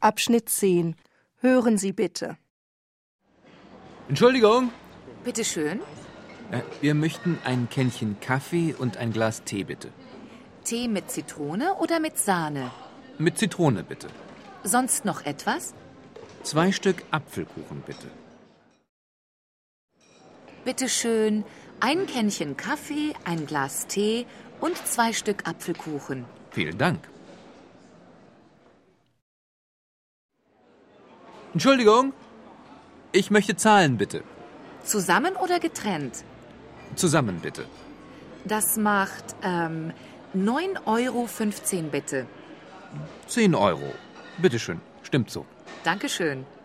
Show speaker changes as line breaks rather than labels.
Abschnitt 10. Hören Sie bitte.
Entschuldigung,
Bitte schön.
äh, wir möchten ein Kännchen Kaffee und ein Glas Tee bitte.
Tee mit Zitrone oder mit Sahne?
Mit Zitrone bitte.
Sonst noch etwas?
Zwei Stück Apfelkuchen bitte.
Bitte schön. Ein Kännchen Kaffee, ein Glas Tee und zwei Stück Apfelkuchen.
Vielen Dank. Entschuldigung, ich möchte Zahlen bitte.
Zusammen oder getrennt?
Zusammen bitte.
Das macht ähm, 9,15 Euro bitte.
10 Euro. Bitteschön, stimmt so.
Dankeschön.